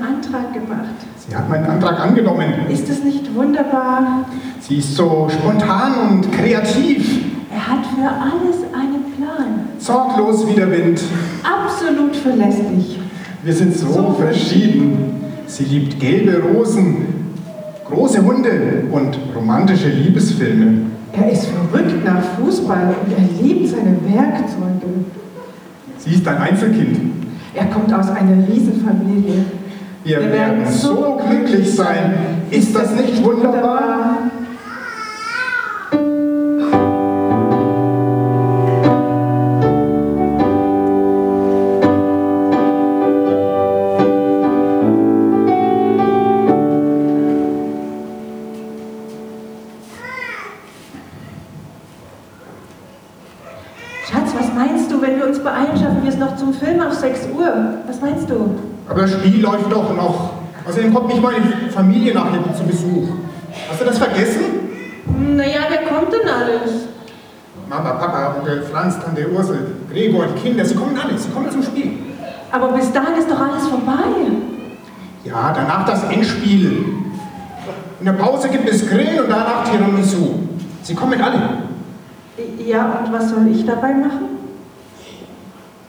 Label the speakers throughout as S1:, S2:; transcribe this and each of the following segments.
S1: Antrag gemacht.
S2: Sie hat meinen Antrag angenommen.
S1: Ist es nicht wunderbar?
S2: Sie ist so spontan und kreativ,
S1: Er hat für alles einen Plan.
S2: sorglos wie der Wind.
S1: Absolut verlässlich.
S2: Wir sind so,
S1: So
S2: verschieden. Sie liebt gelbe Rosen, große Hunde und romantische Liebesfilme.
S1: Er ist verrückt nach Fußball und er liebt seine Werkzeuge.
S2: Sie ist ein Einzelkind.
S1: Er kommt aus einer Riesenfamilie.
S2: Wir werden so glücklich sein. Ist das nicht wunderbar?
S1: Schatz, was meinst du, wenn wir uns beeilen, schaffen wir es noch zum Film auf 6 Uhr? Was meinst du?
S2: Aber das Spiel läuft doch noch. Außerdem kommt nicht meine Familie nachher zu Besuch. Hast du das vergessen?
S1: Naja, wer kommt denn alles?
S2: Mama, Papa, Onkel Franz, Tante Ursel, Gregor, die Kinder, sie kommen alle, sie kommen zum Spiel.
S1: Aber bis dahin ist doch alles vorbei.
S2: Ja, danach das Endspiel. In der Pause gibt es Grill und danach Tiramisu. Sie kommen alle.
S1: Ja, und was soll ich dabei machen?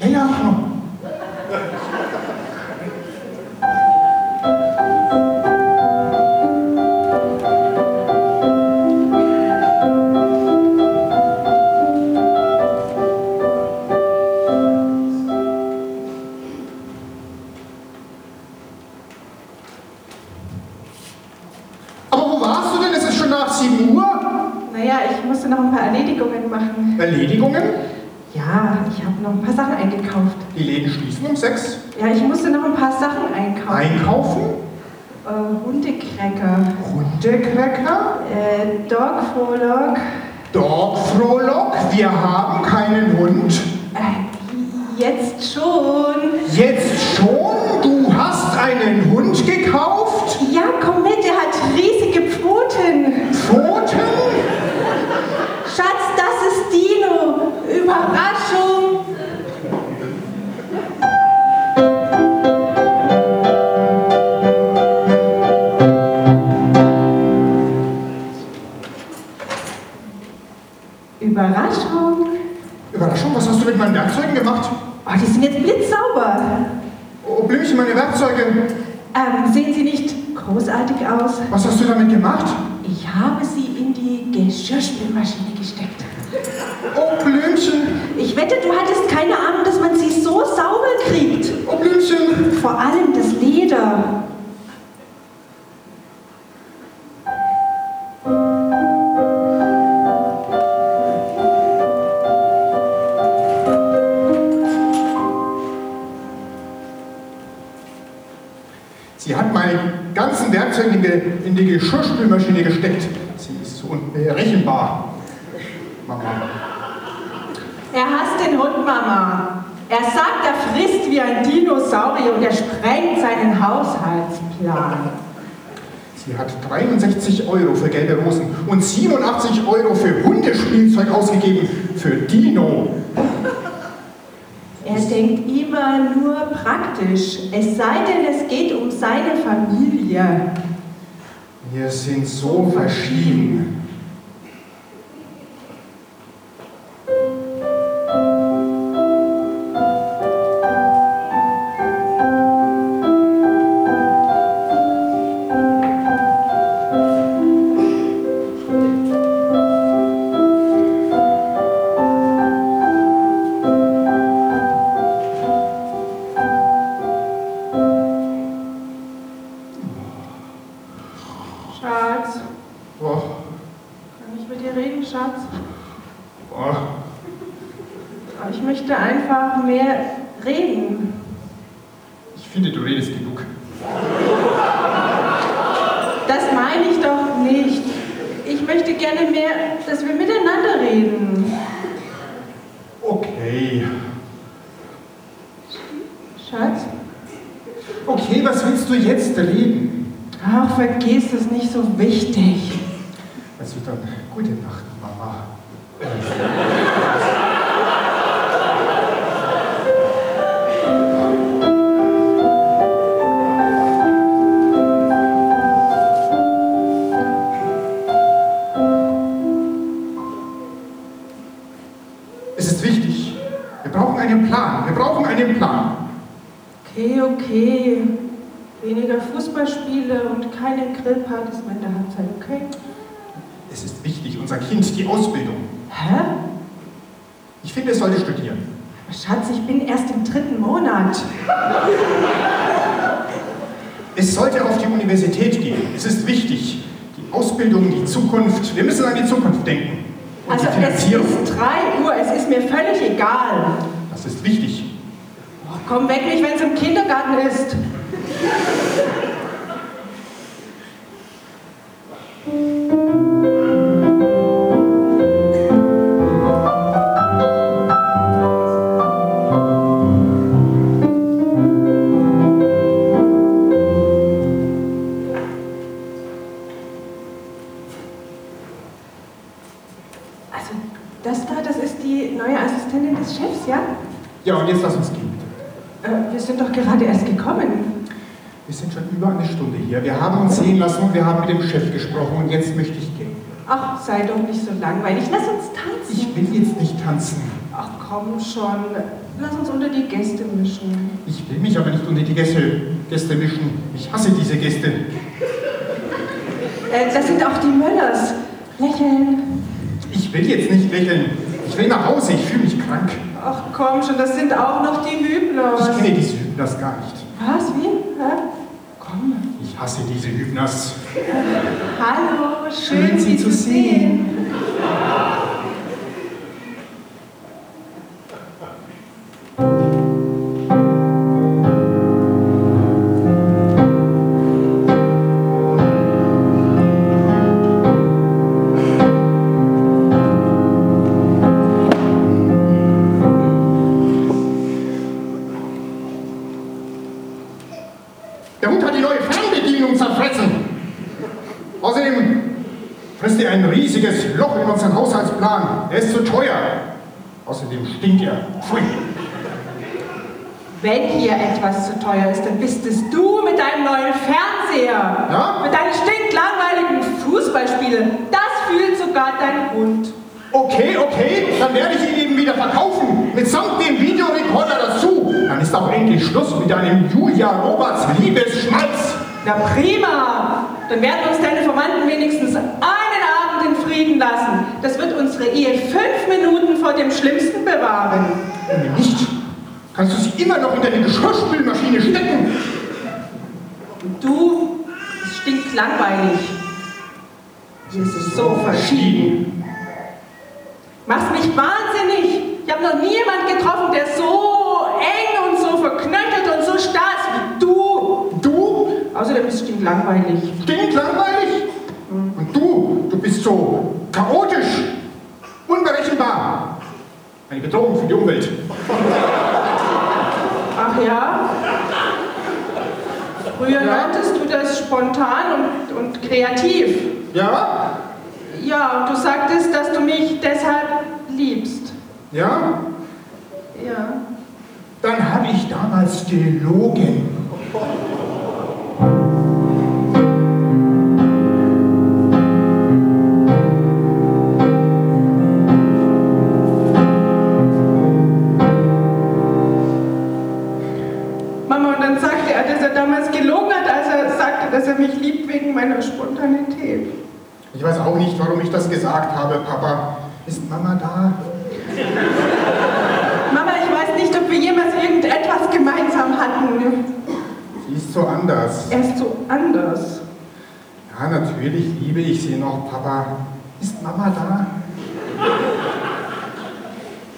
S2: Ja, ja, genau. Aber wo warst du denn? Es ist schon nach 7 Uhr.
S1: Naja, ich musste noch ein paar Erledigungen machen.
S2: Erledigungen?
S1: Ja, ich habe noch ein paar Sachen eingekauft.
S2: Die Läden schließen um 6.
S1: Ja, ich musste noch ein paar Sachen einkaufen.
S2: Einkaufen?
S1: Äh, Hundecracker,
S2: Hundekrecker?
S1: äh, Dog Frohlock.
S2: Dog Frohlock, wir haben keinen Hund.
S1: Äh, jetzt schon.
S2: Jetzt schon? Du hast einen Hund gekauft?
S1: Ja, komm mit, der hat riesige Pfoten.
S2: Pfoten?
S1: Schatz, das ist Dino. Überraschung. Überraschung.
S2: Überraschung, was hast du mit meinen Werkzeugen gemacht?
S1: Oh, die sind jetzt blitzsauber.
S2: Oh, Blümchen, meine Werkzeuge.
S1: Ähm, sehen sie nicht großartig aus?
S2: Was hast du damit gemacht?
S1: Ich habe sie in die Geschirrspülmaschine gesteckt.
S2: Oh, Blümchen.
S1: Ich wette, du hattest keine Ahnung, dass man sie so sauber kriegt.
S2: Oh, Blümchen.
S1: Vor allem das Leder.
S2: Sie hat meine ganzen Werkzeuge in die, in die Geschirrspülmaschine gesteckt. Sie ist so unberechenbar. Mama.
S1: Er hasst den Hund, Mama. Er sagt, er frisst wie ein Dinosaurier und er sprengt seinen Haushaltsplan.
S2: Sie hat 63 Euro für gelbe Rosen und 87 Euro für Hundespielzeug ausgegeben. Für Dino.
S1: Er denkt immer nur praktisch, es sei denn, es geht um seine Familie.
S2: Wir sind so verschieden.
S1: Schatz,
S2: Oh,
S1: kann ich mit dir reden, Schatz?
S2: oh.
S1: Aber Ich möchte einfach mehr reden.
S2: Ich finde, du redest genug.
S1: Das meine ich doch nicht. Ich möchte gerne mehr, dass wir miteinander reden.
S2: Okay.
S1: Schatz?
S2: Okay, was willst du jetzt reden?
S1: Ach, vergiss es nicht so wichtig.
S2: Also dann, gute Nacht, Mama.
S1: okay. Weniger Fußballspiele und keine Grillpartys mehr in der Halbzeit, okay?
S2: Es ist wichtig, unser Kind, die Ausbildung.
S1: Hä?
S2: Ich finde, es sollte studieren.
S1: Aber Schatz, ich bin erst im dritten Monat.
S2: Es sollte auf die Universität gehen. Es ist wichtig. Die Ausbildung, die Zukunft. Wir müssen an die Zukunft denken. Und
S1: Also
S2: die
S1: es
S2: Finanzierung.
S1: ist 3 Uhr, es ist mir völlig egal.
S2: Das ist wichtig.
S1: Oh, komm, weg mich, wenn es im Kindergarten ist. Also, das da, das ist die neue Assistentin des Chefs, ja?
S2: Ja, und jetzt lass uns gehen. bitte.
S1: Äh, wir sind doch gerade erst gekommen.
S2: Wir sind schon über eine Stunde hier. Wir haben uns sehen lassen und wir haben mit dem Chef gesprochen und jetzt möchte ich gehen.
S1: Ach, sei doch nicht so langweilig. Lass uns
S2: Ich
S1: tanzen.
S2: will jetzt nicht tanzen.
S1: Ach komm schon. Lass uns unter die Gäste mischen.
S2: Ich will mich aber nicht unter die Gäste, Gäste mischen. Ich hasse diese Gäste.
S1: Äh, das sind auch die Möllers. Lächeln.
S2: Ich will jetzt nicht lächeln. Ich will nach Hause. Ich fühle mich krank.
S1: Ach komm schon, das sind auch noch die
S2: Ich
S1: Hüblers.
S2: kenne diese Hübners gar nicht.
S1: Was? Wie? Hä? Komm.
S2: Ich hasse diese Hübners.
S1: Hallo, schön, Sie zu sehen.
S2: Der Hund hat die neue Fernbedienung zerfressen. Außerdem frisst er ein riesiges Loch in unseren Haushaltsplan. Er ist zu teuer. Außerdem stinkt er. Pfui.
S1: Wenn hier etwas zu teuer ist, dann bist es du mit deinem neuen Fernseher.
S2: Ja?
S1: Mit deinen stinklangweiligen Fußballspielen. Das fühlt sogar dein Hund.
S2: Okay, okay, dann werde ich ihn eben wieder verkaufen. Mitsamt dem Videorekorder dazu. Dann ist auch endlich Schluss mit deinem Julia Roberts Liebesschmalz.
S1: Na prima! Dann werden uns deine Verwandten wenigstens einen Abend in Frieden lassen. Das wird unsere Ehe fünf Minuten vor dem Schlimmsten bewahren.
S2: Wenn du nicht, kannst du sie immer noch in deine Geschirrspülmaschine stecken.
S1: Und du, es stinkt langweilig. Hier ist es so verschieden. Mach's mich wahnsinnig! Ich habe noch nie jemanden getroffen, der so eng und so verknöchelt und so starr ist wie du.
S2: Du
S1: Außerdem ist es stinklangweilig.
S2: stinkt langweilig. Und du, du bist so chaotisch, unberechenbar. Eine Bedrohung für die Umwelt.
S1: Ach ja? Früher
S2: Ja.
S1: nanntest du das spontan und, und kreativ.
S2: Ja?
S1: Ja, und du sagtest, dass du mich deshalb liebst.
S2: Ja?
S1: Ja.
S2: Dann habe ich damals gelogen.
S1: Mama, und dann sagte er, dass er damals gelogen hat, als er sagte, dass er mich liebt wegen meiner Spontanität.
S2: Ich weiß auch nicht, warum ich das gesagt habe, Papa. Ist Mama da?
S1: Mama, ich weiß nicht, ob wir jemals irgendetwas gemeinsam hatten.
S2: Sie ist so anders.
S1: Er ist so anders.
S2: Ja, natürlich liebe ich sie noch, Papa. Ist Mama da?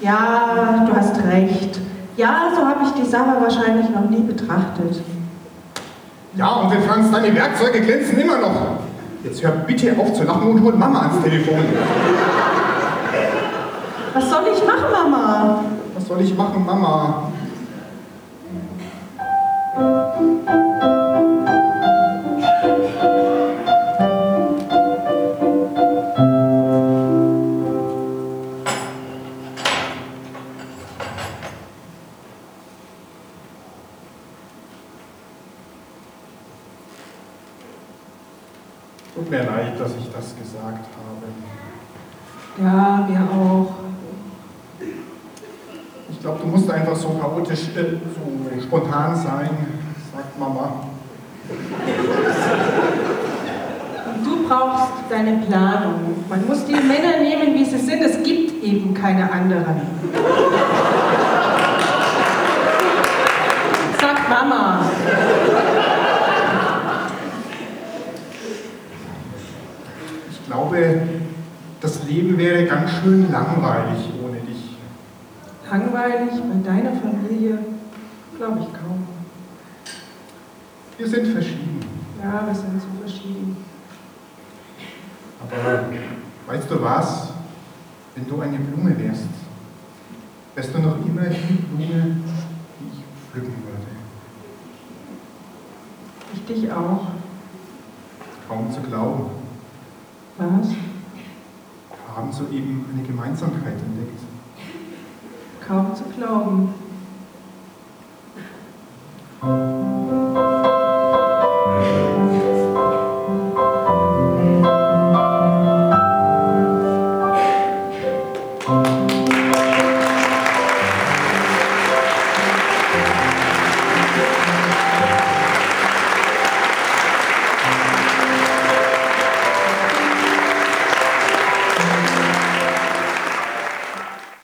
S1: Ja, du hast recht. Ja, so habe ich die Sache wahrscheinlich noch nie betrachtet.
S2: Ja, und wenn Franz, deine Werkzeuge glänzen immer noch. Jetzt hör bitte auf zu lachen und hol Mama ans Telefon.
S1: Was soll ich machen, Mama?
S2: Was soll ich machen, Mama? Tut mir leid, dass ich das gesagt habe.
S1: Ja, wir auch.
S2: Ich glaube, du musst einfach so chaotisch, äh, so spontan sein. Sag Mama.
S1: Und du brauchst deine Planung. Man muss die Männer nehmen, wie sie sind. Es gibt eben keine anderen. Sagt Mama.
S2: Ich glaube, das Leben wäre ganz schön langweilig ohne dich.
S1: Langweilig bei deiner Familie? Glaube ich kaum.
S2: Wir sind verschieden.
S1: Ja, wir sind so verschieden.
S2: Aber weißt du was? Wenn du eine Blume wärst, wärst du noch immer die Blume, die ich pflücken würde.
S1: Ich dich auch.
S2: Kaum zu glauben.
S1: Was?
S2: Wir haben soeben eine Gemeinsamkeit entdeckt.
S1: Kaum zu glauben.